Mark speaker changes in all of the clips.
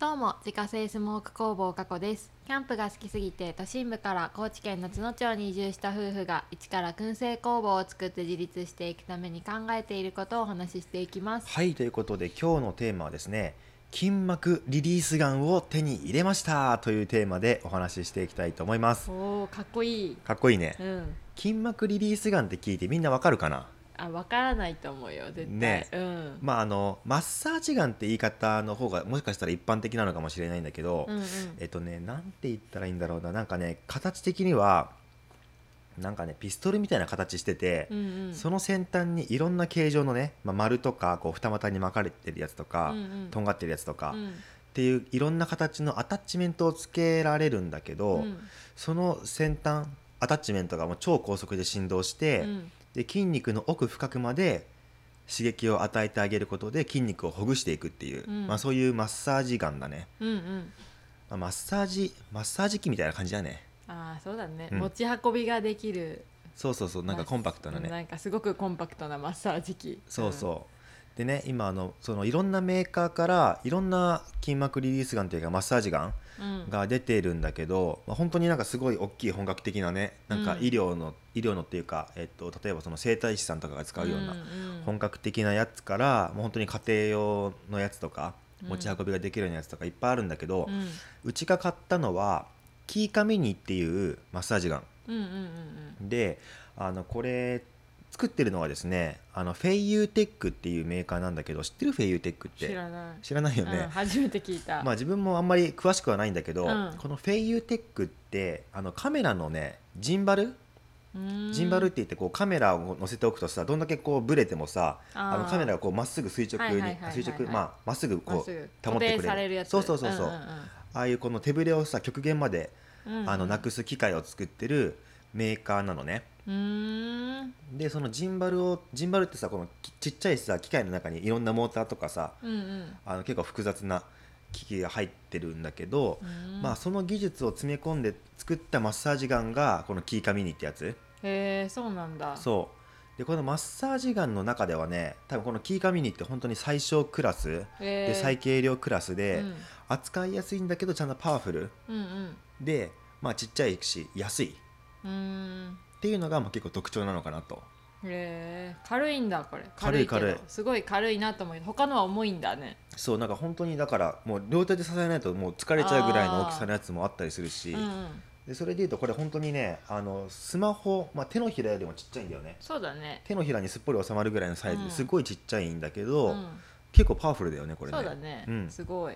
Speaker 1: どうも自家製スモーク工房加古ですキャンプが好きすぎて都心部から高知県の津野町に移住した夫婦が一から燻製工房を作って自立していくために考えていることをお話ししていきます
Speaker 2: はいということで今日のテーマはですね筋膜リリースガンを手に入れましたというテーマでお話ししていきたいと思います
Speaker 1: おーかっこいい
Speaker 2: かっこいいね
Speaker 1: うん
Speaker 2: 筋膜リリースガンって聞いてみんなわかるかな
Speaker 1: あわからないと思うよ絶対
Speaker 2: ね
Speaker 1: うん、
Speaker 2: まああのマッサージガンって言い方の方がもしかしたら一般的なのかもしれないんだけど、
Speaker 1: うんうん
Speaker 2: えっとねなんて言ったらいいんだろうななんかね形的にはなんかねピストルみたいな形してて、
Speaker 1: うんうん
Speaker 2: その先端にいろんな形状のね、まあ、丸とかこう二股に巻かれてるやつとか、
Speaker 1: うんうん
Speaker 2: とんがってるやつとか、
Speaker 1: う
Speaker 2: っ
Speaker 1: ん
Speaker 2: ていういろんな形のアタッチメントをつけられるんだけど、
Speaker 1: うん
Speaker 2: その先端アタッチメントがもう超高速で振動して、
Speaker 1: うん
Speaker 2: で筋肉の奥深くまで刺激を与えてあげることで筋肉をほぐしていくっていう、
Speaker 1: うん
Speaker 2: まあ、そういうマッサージガンだね、
Speaker 1: うんうん
Speaker 2: まあ、マッサージマッサージ機みたいな感じだね
Speaker 1: ああそうだね、
Speaker 2: うん
Speaker 1: 持ち運びができる
Speaker 2: そうそうそうなんかコンパクトなね
Speaker 1: なんかすごくコンパクトなマッサージ機
Speaker 2: そうそう、でね今あのそのいろんなメーカーからいろんな筋膜リリースガンというかマッサージガン
Speaker 1: うん、うん、
Speaker 2: が出てるんだけど、まあ、本当になんかすごい大きい本格的なねなんか
Speaker 1: うん
Speaker 2: 医療の、医療のっていうか、えっと、例えばその整体師さんとかが使うような本格的なやつから、もう本当に家庭用のやつとか
Speaker 1: うん
Speaker 2: 持ち運びができるようなやつとかいっぱいあるんだけど、
Speaker 1: う
Speaker 2: うんちが買ったのはキーカミニっていうマッサージガン
Speaker 1: うんうんうん
Speaker 2: であのこれ作ってるのはですねあのフェイユーテックっていうメーカーなんだけど知ってるフェイユーテックっ
Speaker 1: 知
Speaker 2: て
Speaker 1: らない、
Speaker 2: 知らないよ
Speaker 1: うん
Speaker 2: ね、
Speaker 1: 初めて聞いた、
Speaker 2: まあ自分もあんまり詳しくはないんだけど、
Speaker 1: うん
Speaker 2: このフェイユーテックってあのカメラのねジンバル
Speaker 1: うーん
Speaker 2: ジンバルって言ってこうカメラを載せておくとさどんだけこうブレてもさ
Speaker 1: あー
Speaker 2: あのカメラがこうまっすぐ垂直に
Speaker 1: はいはいはいはいはい
Speaker 2: 垂直まあまっすぐ
Speaker 1: まっ
Speaker 2: こ
Speaker 1: すぐ
Speaker 2: う保
Speaker 1: 固
Speaker 2: って
Speaker 1: 定
Speaker 2: く
Speaker 1: さ
Speaker 2: れ
Speaker 1: れ
Speaker 2: る
Speaker 1: るやつ
Speaker 2: そうそうそうそう、
Speaker 1: ん
Speaker 2: ああいうこの手ぶれをさ極限まで、
Speaker 1: うんうん
Speaker 2: あのなくす機械を作ってるメーカーなのね
Speaker 1: うーん
Speaker 2: でそのジンバルをジンバルってさこのきちっちゃいさ機械の中にいろんなモーターとかさ
Speaker 1: うんうん
Speaker 2: あの結構複雑な機器が入ってるんだけど、
Speaker 1: うーん
Speaker 2: まあその技術を詰め込んで作ったマッサージガンがこのキーカミニってやつ
Speaker 1: へえそうなんだ
Speaker 2: そうでこのマッサージガンの中ではね多分このキーカミニって本当に最小クラス
Speaker 1: へえ
Speaker 2: で最軽量クラスで、
Speaker 1: うん
Speaker 2: 扱いやすいんだけどちゃんとパワフル
Speaker 1: うん
Speaker 2: でまあちっちゃいし安いっ
Speaker 1: うんうーん
Speaker 2: ていうのがまあ結構特徴なのかなと
Speaker 1: へえ軽いんだこれ
Speaker 2: 軽
Speaker 1: け
Speaker 2: い
Speaker 1: ど
Speaker 2: 軽い
Speaker 1: すごい軽いなと思う他のは重いんだね
Speaker 2: そうなんか本当にだからもう両手で支えないともう疲れちゃうぐらいの大きさのやつもあったりする
Speaker 1: う
Speaker 2: し、
Speaker 1: んうん
Speaker 2: でそれでいうとこれ本当にねあのスマホ、まあ、手のひらよりもちっちゃいんだよね
Speaker 1: そうだね
Speaker 2: 手のひらにすっぽり収まるぐらいのサイズ
Speaker 1: うん
Speaker 2: ですごいちっちゃいんだけど、
Speaker 1: ん
Speaker 2: 結構パワフルだよねこれね
Speaker 1: そうだね、
Speaker 2: うん
Speaker 1: すごい、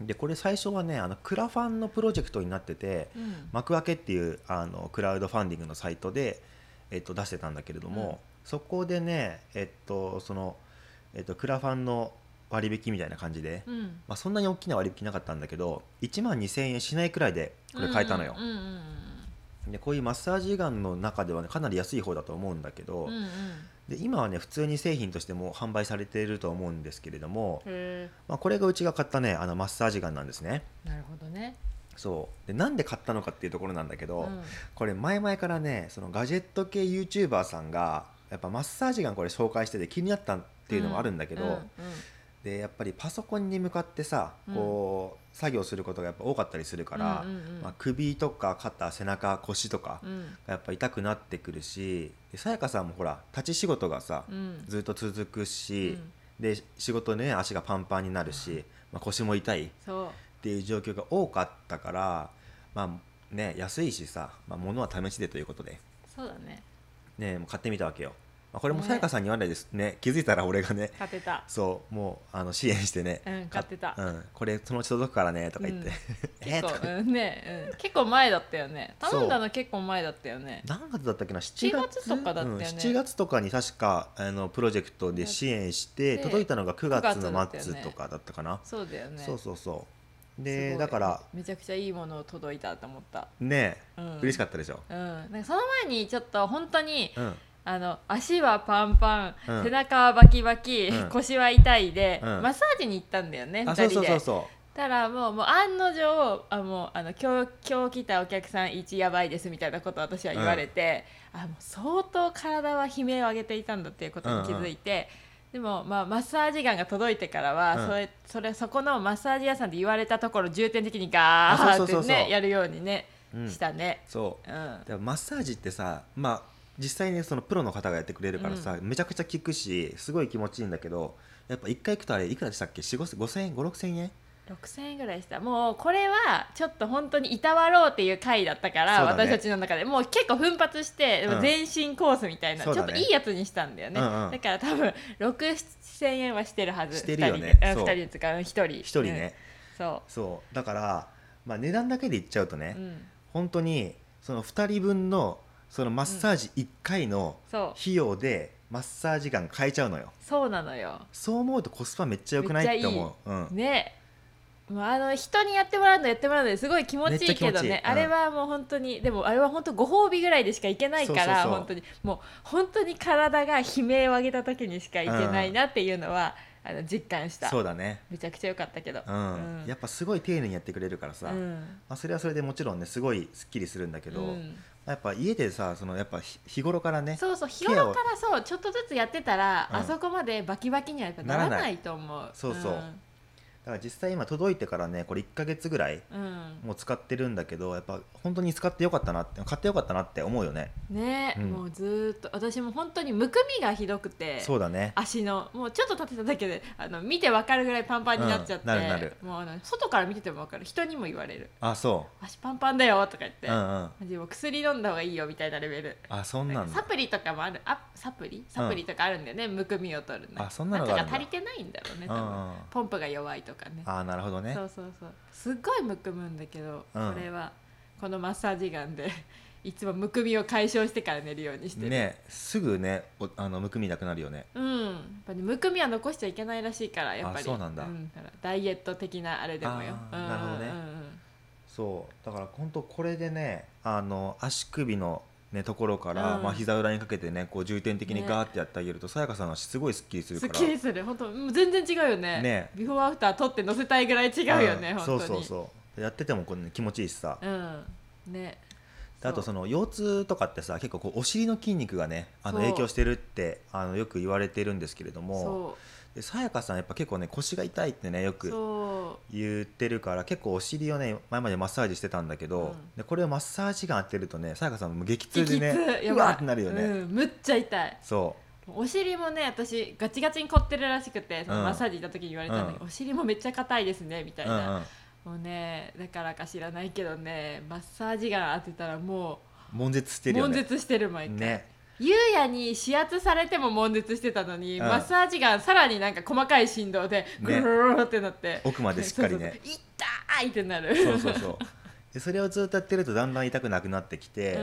Speaker 2: でこれ最初はねあのクラファンのプロジェクトになってて
Speaker 1: うん
Speaker 2: 幕開けっていうあのクラウドファンディングのサイトで、えっと、出してたんだけれども、
Speaker 1: うん
Speaker 2: そこでねえっとその、えっと、クラファンの割引みたいな感じで、
Speaker 1: うん、
Speaker 2: まあ、そんなに大きな割引なかったんだけど1万2000円しないくらいでこれ買えたのよ、
Speaker 1: うんうん
Speaker 2: でこういうマッサージガンの中では、ね、かなり安い方だと思うんだけど、
Speaker 1: うんうんうんうん
Speaker 2: で今はね普通に製品としても販売されていると思うんですけれども、
Speaker 1: へ
Speaker 2: まあ、これがうちが買ったねあのマッサージガンなんですね
Speaker 1: えなるほどね、
Speaker 2: そうでなんで買ったのかっていうところなんだけ
Speaker 1: う
Speaker 2: ど、
Speaker 1: ん、
Speaker 2: これ前々からねそのガジェット系 YouTuber さんがやっぱマッサージガンこれ紹介してて気になったっていうのもあるんだけど、
Speaker 1: うんうん
Speaker 2: でやっぱりパソコンに向かってさこう作業することがやっぱ多かったりするから、
Speaker 1: うんうんうん
Speaker 2: まあ、首とか肩背中腰とか
Speaker 1: うん
Speaker 2: がやっぱ痛くなってくるしでさやかさんもほら立ち仕事がさ、
Speaker 1: うん
Speaker 2: ずっと続くし、
Speaker 1: うん
Speaker 2: で仕事ね足がパンパンになるし、まあ、腰も痛いっ
Speaker 1: そう
Speaker 2: ていう状況が多かったからまあね安いしさ、まあ、物は試しでということで。
Speaker 1: そうだね
Speaker 2: ねもう買ってみたわけよ、まあ、これも
Speaker 1: ね
Speaker 2: さやかさんに言わないですね気づいたら俺がね
Speaker 1: 勝てた
Speaker 2: そうもうあの支援してね、
Speaker 1: うん買ってた
Speaker 2: かうん、これそのうち届くからねとか言って、
Speaker 1: うん
Speaker 2: え
Speaker 1: 結
Speaker 2: ーと
Speaker 1: 構
Speaker 2: か、言って
Speaker 1: うんね、うん、結構前だったよね
Speaker 2: そう
Speaker 1: 頼んだの結構前だったよね
Speaker 2: 何月だったっけな7
Speaker 1: 7
Speaker 2: 月
Speaker 1: 月とかだったよね
Speaker 2: うん、7月とかに確かあのプロジェクトで支援して
Speaker 1: で
Speaker 2: 届いたのが9月
Speaker 1: 九月だ
Speaker 2: の
Speaker 1: ったよ
Speaker 2: 末
Speaker 1: ね
Speaker 2: とかだったかな
Speaker 1: そうだよね
Speaker 2: そうそうそう
Speaker 1: すご
Speaker 2: で
Speaker 1: い
Speaker 2: だから
Speaker 1: めちゃくちゃいいものを届いたと思った
Speaker 2: ね、
Speaker 1: うん
Speaker 2: 嬉しかったでしょ
Speaker 1: うん、なんかその前にちょっと本当に
Speaker 2: うん
Speaker 1: あの足はパンパン、
Speaker 2: うん
Speaker 1: 背中はバキバキ、
Speaker 2: うん
Speaker 1: 腰は痛いで、
Speaker 2: うん
Speaker 1: マッサージに行ったんだよね2
Speaker 2: あ
Speaker 1: 人で
Speaker 2: そうそうそうそ
Speaker 1: たらもうもう案の定あもうあの今日今日来たお客さん一やばいですみたいなことを私は言われて、あもう相当体は悲鳴を上げていたんだっていうことに気づいて、でも、まあ、マッサージガンが届いてからは、
Speaker 2: うん
Speaker 1: それそれそこのマッサージ屋さんで言われたところ重点的にガーってね
Speaker 2: あそうそうそうそう
Speaker 1: やるようにね、
Speaker 2: うん
Speaker 1: したね。
Speaker 2: そう
Speaker 1: うん、うん
Speaker 2: でもマッサージってさまあ実際にそのプロの方がやってくれるからさ、めちゃくちゃ効くしすごい気持ちいいんだけどやっぱ一回行くとあれいくらでしたっけ4 5 0 0 0円5 6 0 0 0円
Speaker 1: 6000円ぐらいしたもうこれはちょっと本当にいたわろうっていう回だったから、
Speaker 2: そうだね
Speaker 1: 私たちの中でもう結構奮発して、
Speaker 2: うん
Speaker 1: 全身コースみたいな、
Speaker 2: そう
Speaker 1: ちょっ
Speaker 2: だね
Speaker 1: といいやつにしたんだよね、
Speaker 2: うんうん
Speaker 1: だから多分6000円はしてるはず
Speaker 2: してるよね
Speaker 1: 2人
Speaker 2: そう
Speaker 1: で2人か1人1
Speaker 2: 1人ね、、
Speaker 1: うんそ
Speaker 2: そうだから、まあ、値段だけで言っちゃうとね、
Speaker 1: う、うん、
Speaker 2: 本当にその2人分のそのマッサージ1回の
Speaker 1: そう
Speaker 2: 費用でマッサージガン買えちゃうのよ
Speaker 1: そうなのよ
Speaker 2: そう思うとコスパめっちゃ良くない
Speaker 1: めっ
Speaker 2: っ
Speaker 1: ち
Speaker 2: て
Speaker 1: ゃいい
Speaker 2: 思う、うん、
Speaker 1: ねまあ、あの人にやってもらうのやってもらうのですごい気持ちいいけどね
Speaker 2: めっちゃ気持ちいいうん
Speaker 1: あれはもう本当にでもあれは本当ご褒美ぐらいでしか行けないから
Speaker 2: そうそうそう
Speaker 1: 本当にもう本当に体が悲鳴を上げた時にしか行けないなっていうのは、あの実感した
Speaker 2: そうだね
Speaker 1: めちゃくちゃ良かったけど、
Speaker 2: うんやっぱすごい丁寧にやってくれるからさ、
Speaker 1: うん
Speaker 2: まあ、それはそれでもちろんねすごいすっきりするんだけど、
Speaker 1: うん
Speaker 2: やっぱ家でさそのやっぱ日日頃からね
Speaker 1: そうそう日
Speaker 2: ケアを
Speaker 1: 頃からそうちょっとずつやってたら、
Speaker 2: うん
Speaker 1: あそこまでバキバキにはやっぱなら
Speaker 2: なら
Speaker 1: な
Speaker 2: ない
Speaker 1: と思う
Speaker 2: そうそうだから実際今届いてからねこれ1ヶ月ぐらい
Speaker 1: うん、うん
Speaker 2: もう使ってるんだけどやっぱ本当に使ってよかったなって買ってよかったなって思うよね
Speaker 1: ね、
Speaker 2: うん
Speaker 1: もうずーっと私も本当にむくみがひどくて
Speaker 2: そうだね
Speaker 1: 足のもうちょっと立てただけであの見てわかるぐらいパンパンになっちゃって、
Speaker 2: うんなるなる
Speaker 1: もうあの外から見ててもわかる人にも言われる
Speaker 2: あそ
Speaker 1: 「足パンパンだよ」とか言って、
Speaker 2: ううんうん
Speaker 1: マジもう薬飲んだ方がいいよみたいなレベル
Speaker 2: あそんなん
Speaker 1: サ
Speaker 2: だ
Speaker 1: プリとかもあるあサプリサプリとかあるんだよね、むくみを取る
Speaker 2: あそんなのがあるん
Speaker 1: な
Speaker 2: だ
Speaker 1: んか足りてないんだろうね多
Speaker 2: うん
Speaker 1: 分
Speaker 2: うん
Speaker 1: ポンプが弱いとかね
Speaker 2: あーなるほどね
Speaker 1: そうそうそうすっごいむくむんだけど、
Speaker 2: うん
Speaker 1: これはこのマッサージガンで いつもむくみを解消してから寝るようにしてる
Speaker 2: ねすぐねおあのむくみなくなるよね
Speaker 1: うん、やっぱねむくみは残しちゃいけないらしいからやっぱり
Speaker 2: あそうなんだ
Speaker 1: からダイエット的なあれでもよ、
Speaker 2: あーなるほどね
Speaker 1: うん
Speaker 2: そうだから本当これでねあの足首のねところから、
Speaker 1: うん
Speaker 2: まあ膝裏にかけてねこう重点的に
Speaker 1: ね
Speaker 2: ガーってやってあげるとさやかさんはすごいすっきりす
Speaker 1: うんうん
Speaker 2: る
Speaker 1: す
Speaker 2: か
Speaker 1: っ
Speaker 2: ら
Speaker 1: きりする本当もう全然違うよね
Speaker 2: ね
Speaker 1: ビフォーアフター撮って載せたいぐらい違うよね、
Speaker 2: ん
Speaker 1: 本当に
Speaker 2: そうそうそうやっててもこう、ね、気持ちいいしさ、
Speaker 1: うんね
Speaker 2: であとその腰痛とかってさ結構こうお尻の筋肉がねあ
Speaker 1: そ
Speaker 2: の
Speaker 1: う
Speaker 2: 影響してるってあのよく言われてるんですけれども
Speaker 1: そ
Speaker 2: でさやかさんやっぱ結構ね腰が痛いってねよ
Speaker 1: う
Speaker 2: く
Speaker 1: そ
Speaker 2: 言ってるから結構お尻をね前までマッサージしてたんだけど、
Speaker 1: うん
Speaker 2: でこれをマッサージガン当てるとねさやかさんも激
Speaker 1: う
Speaker 2: 痛でね
Speaker 1: 激痛やばいう
Speaker 2: わーってなるよね、
Speaker 1: うん、むっちゃ痛い
Speaker 2: そ
Speaker 1: お尻もね私ガチガチに凝ってるらしくてその
Speaker 2: うん
Speaker 1: マッサージ行った時に言われたんだけど、
Speaker 2: う
Speaker 1: お尻もめっちゃ硬いですねみた
Speaker 2: う、
Speaker 1: いうな、
Speaker 2: んうん、
Speaker 1: もうねだからか知らないけどねマッサージガン当てたらも
Speaker 2: 悶絶して
Speaker 1: う
Speaker 2: るよ
Speaker 1: 悶
Speaker 2: ね
Speaker 1: 絶してる毎回、
Speaker 2: ね
Speaker 1: ゆうやに指圧されても悶絶してたのに、
Speaker 2: うん
Speaker 1: マッサージガンさらになんか細かい振動でぐるるるってなって、
Speaker 2: 奥までしっかりね
Speaker 1: そうそうそう痛いってなる
Speaker 2: そうそうそう でそれをずっとやってるとだんだん痛くなくなってきて、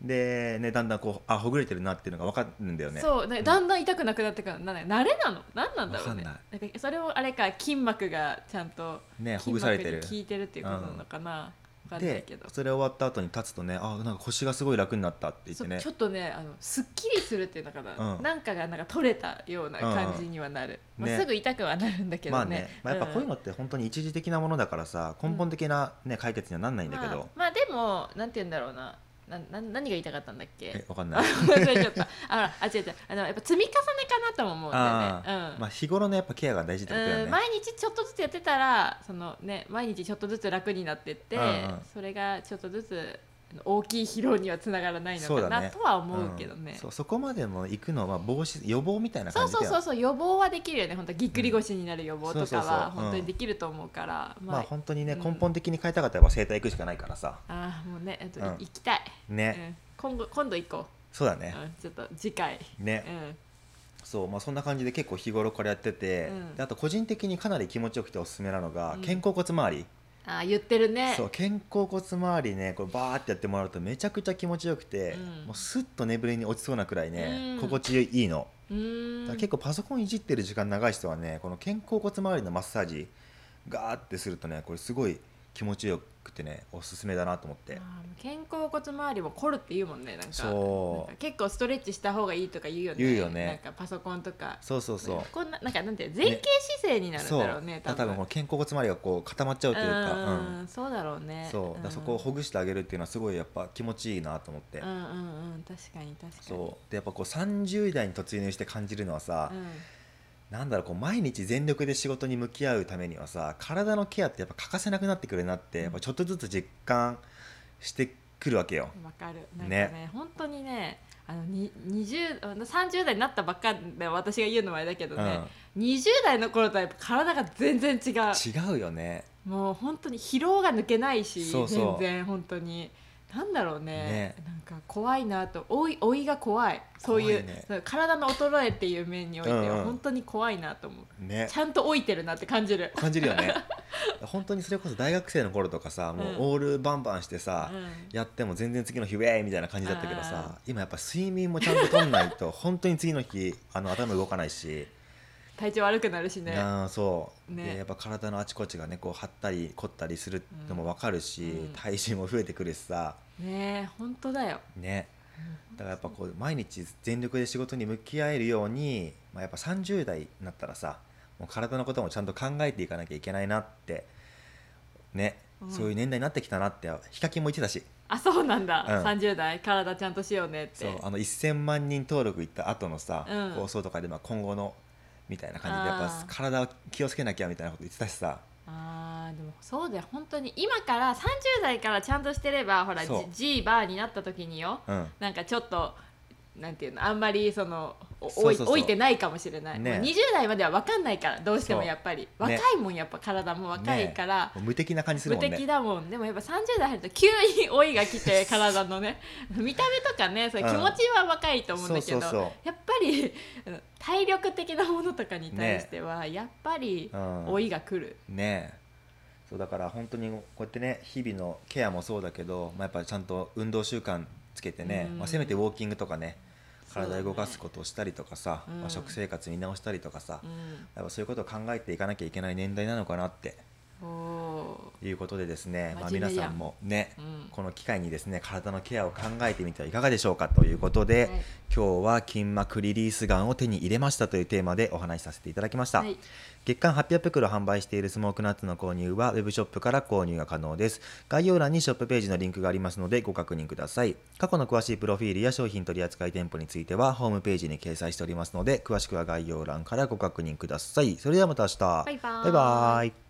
Speaker 2: で、ね、だんだんこうあほぐれてるなっていうのが分かるんだよ
Speaker 1: うん
Speaker 2: ね
Speaker 1: そうねだんだん痛くなくなってくるなんだ慣れなの何なんだろうね
Speaker 2: わか
Speaker 1: なんかそれをあれか筋膜がちゃんと
Speaker 2: ねほ
Speaker 1: 筋
Speaker 2: ぐさ
Speaker 1: 膜
Speaker 2: れ
Speaker 1: に
Speaker 2: てる
Speaker 1: 効いてるっていうことなのかな、わかんない
Speaker 2: で
Speaker 1: けど
Speaker 2: それ終わった後に立つとねあなんか腰がすごい楽になったって言って
Speaker 1: そう
Speaker 2: ね
Speaker 1: ちょっとねあのすっきりするっていうのかな、
Speaker 2: うん
Speaker 1: なんかがなんか取れたような感じにはなる、
Speaker 2: うんうん
Speaker 1: まあ、
Speaker 2: ね
Speaker 1: すぐ痛くはなるんだけどね,う
Speaker 2: まあ
Speaker 1: ん、
Speaker 2: ね、まあ、やっぱこういうのって本当に一時的なものだからさ、根本的な、ね、解決にはなんないんだけど、
Speaker 1: まあ、まあでもなんて言うんだろうななな何が言いたかったんだっ
Speaker 2: え
Speaker 1: け
Speaker 2: 分かんない
Speaker 1: 忘れちゃったあらあ違う違うあのやっぱ積み重ねかなとも思うんだ
Speaker 2: あ
Speaker 1: よね
Speaker 2: ー、
Speaker 1: うん
Speaker 2: まあ、日頃のやっぱケアが大事ってことだよ
Speaker 1: うん、
Speaker 2: ね
Speaker 1: 毎日ちょっとずつやってたらその、ね、毎日ちょっとずつ楽になってって、
Speaker 2: うんうん
Speaker 1: それがちょっとずつあの大きい疲労にはつながらないの
Speaker 2: そう
Speaker 1: か
Speaker 2: だ
Speaker 1: な、
Speaker 2: ね
Speaker 1: とは思うけどね、
Speaker 2: んそうそこまでの行くのは防止予防みたいな
Speaker 1: そ
Speaker 2: 感
Speaker 1: う
Speaker 2: じだ
Speaker 1: そ
Speaker 2: よ
Speaker 1: う
Speaker 2: ね
Speaker 1: そうそう予防はできるよね本当ぎっくり腰になる予防とかは
Speaker 2: うんそうそうそううん
Speaker 1: 本当にできると思うから、
Speaker 2: まあ
Speaker 1: あ
Speaker 2: 本当にね、
Speaker 1: うん
Speaker 2: 根本的に変えたかったら整体行くしかないからさ
Speaker 1: あーもうねあと、
Speaker 2: うん
Speaker 1: 行きたい、
Speaker 2: ね、
Speaker 1: うん、今後今度行こ
Speaker 2: そうだ
Speaker 1: う、
Speaker 2: ね、
Speaker 1: うん、ちょっと次回、
Speaker 2: ね、
Speaker 1: うん、
Speaker 2: そうまあそんな感じで結構日頃からやってて、
Speaker 1: うん
Speaker 2: であと個人的にかなり気持ちよくておすすめなのが、
Speaker 1: うん
Speaker 2: 肩甲骨周り
Speaker 1: あー言ってるね
Speaker 2: そう肩甲骨周りねこれバーってやってもらうとめちゃくちゃ気持ちよくて、
Speaker 1: うん
Speaker 2: もうスッと眠りに落ちそうなくらいね、
Speaker 1: うん
Speaker 2: 心地いいの、
Speaker 1: うー
Speaker 2: だ
Speaker 1: ん
Speaker 2: から結構パソコンいじってる時間長い人はねこの肩甲骨周りのマッサージガーってするとねこれすごい気持ちよくてねおすすめだなと思って、
Speaker 1: あー肩甲骨周りも凝るって言うもんねなんか
Speaker 2: そう
Speaker 1: なんか結構ストレッチした方がいいとか言うよね
Speaker 2: 言うよね
Speaker 1: なんかパソコンとか
Speaker 2: そうそうそう、
Speaker 1: ねこんななんかなんていうの前傾姿勢になるん
Speaker 2: そう
Speaker 1: だろうね
Speaker 2: だから多分この肩甲骨周りがこう固まっちゃうというか、うん
Speaker 1: うんそうだろうね
Speaker 2: そうだからそこをほぐしてあげるっていうのはすごいやっぱ気持ちいいなと思って、
Speaker 1: うんうんうん確かに確かに
Speaker 2: そうでやっぱこう30代に突入して感じるのはさ、
Speaker 1: うん
Speaker 2: なんだろうこう毎日全力で仕事に向き合うためにはさ体のケアってやっぱ欠かせなくなってくるなってやっぱちょっとずつ実感してくるわけよ。
Speaker 1: わかるなんか
Speaker 2: ね
Speaker 1: ね本当にねあのに20あの30代になったばっかで私が言うのもあれだけど
Speaker 2: うん、
Speaker 1: ね、20代の頃とはやっぱ体が全然違う
Speaker 2: 違うよね。
Speaker 1: もう本当に疲労が抜けないし
Speaker 2: そうそう
Speaker 1: 全然本当になんだろうね
Speaker 2: ね
Speaker 1: なんか怖いなと老い老いが怖いそういう
Speaker 2: 怖いね
Speaker 1: そう体の衰えっていう面において
Speaker 2: うんう
Speaker 1: は
Speaker 2: ん
Speaker 1: 本当に怖いなと思う、
Speaker 2: ね
Speaker 1: ちゃんと老いてるなって感じる、
Speaker 2: 感じるよね本当にそれこそ大学生の頃とかさもうオールバンバンしてさ、
Speaker 1: う
Speaker 2: やっても全然次の日ウェーみたいな感じだったけど
Speaker 1: あ
Speaker 2: さ今やっぱ睡眠もちゃんととんない と本当に次の日あの頭動かないし、
Speaker 1: ん、体調悪くなるしね
Speaker 2: なあそう、
Speaker 1: ね
Speaker 2: でやっぱ体のあちこちがねこう張ったり凝ったりするのも分かるし、
Speaker 1: うんうん
Speaker 2: 体重も増えてくるしさ
Speaker 1: ねえ本当だよ
Speaker 2: ねだからやっぱこう毎日全力で仕事に向き合えるように、まあ、やっぱ30代になったらさもう体のこともちゃんと考えていかなきゃいけないなってね、
Speaker 1: うん
Speaker 2: そういう年代になってきたなってヒカキンも言ってたし
Speaker 1: あそうなんだ、
Speaker 2: うん
Speaker 1: 30代体ちゃんとしようねっ
Speaker 2: そう
Speaker 1: て
Speaker 2: あの1000万人登録いった後のさ、
Speaker 1: うん
Speaker 2: 放送とかでまあ今後のみたいな感じでやっ
Speaker 1: あー
Speaker 2: ぱ体を気をつけなきゃみたいなこと言ってたしさ
Speaker 1: あーでもそうだよ本当に今から30代からちゃんとしてればほら
Speaker 2: そう
Speaker 1: G バーになった時によ
Speaker 2: うん
Speaker 1: なんかちょっとなんていうのあんまりそのお
Speaker 2: そうそうそう
Speaker 1: 老い老いてないかもしれない、
Speaker 2: ね
Speaker 1: もう20代までは分かんないからどうしても
Speaker 2: そう
Speaker 1: やっぱり、若
Speaker 2: ね
Speaker 1: いもんやっぱ体も若いから、
Speaker 2: もう無敵な感じする
Speaker 1: 無
Speaker 2: もんね
Speaker 1: 敵だもんでもやっぱ30代入ると急に老いが来て体のね 見た目とかねそれ
Speaker 2: うん
Speaker 1: 気持ちは若いと思うん
Speaker 2: そ
Speaker 1: だ
Speaker 2: う
Speaker 1: けど、
Speaker 2: そうそ
Speaker 1: やっぱり あの体力的なものとかに対しては、やっぱり
Speaker 2: う、うん、
Speaker 1: 老いが来る、
Speaker 2: ねえそうだから本当にこうやってね日々のケアもそうだけど、まあ、やっぱちゃんと運動習慣つけてね、
Speaker 1: うん
Speaker 2: まあ、せめてウォーキングとかね
Speaker 1: そうだね
Speaker 2: 体を動かすことをしたりとかさ、
Speaker 1: うん
Speaker 2: まあ、食生活見直したりとかさ、
Speaker 1: う
Speaker 2: やっぱそういうことを考えていかなきゃいけない年代なのかなって
Speaker 1: ん、お
Speaker 2: いうことでですね、まあ、
Speaker 1: 真面
Speaker 2: 皆
Speaker 1: 目やん
Speaker 2: さんもね
Speaker 1: ー、うん
Speaker 2: この機会にですね体のケアを考えてみてはいかがでしょうかということで、
Speaker 1: はい
Speaker 2: 今日は筋膜リリースガンを手に入れましたというテーマでお話しさせていただきました、
Speaker 1: はい
Speaker 2: 月間800袋販売しているスモークナッツの購入はウェブショップから購入が可能です概要欄にショップページのリンクがありますのでご確認ください過去の詳しいプロフィールや商品取扱店舗についてはホームページに掲載しておりますので詳しくは概要欄からご確認くださいそれではまた明日バ
Speaker 1: バイバーイ
Speaker 2: バイバーイ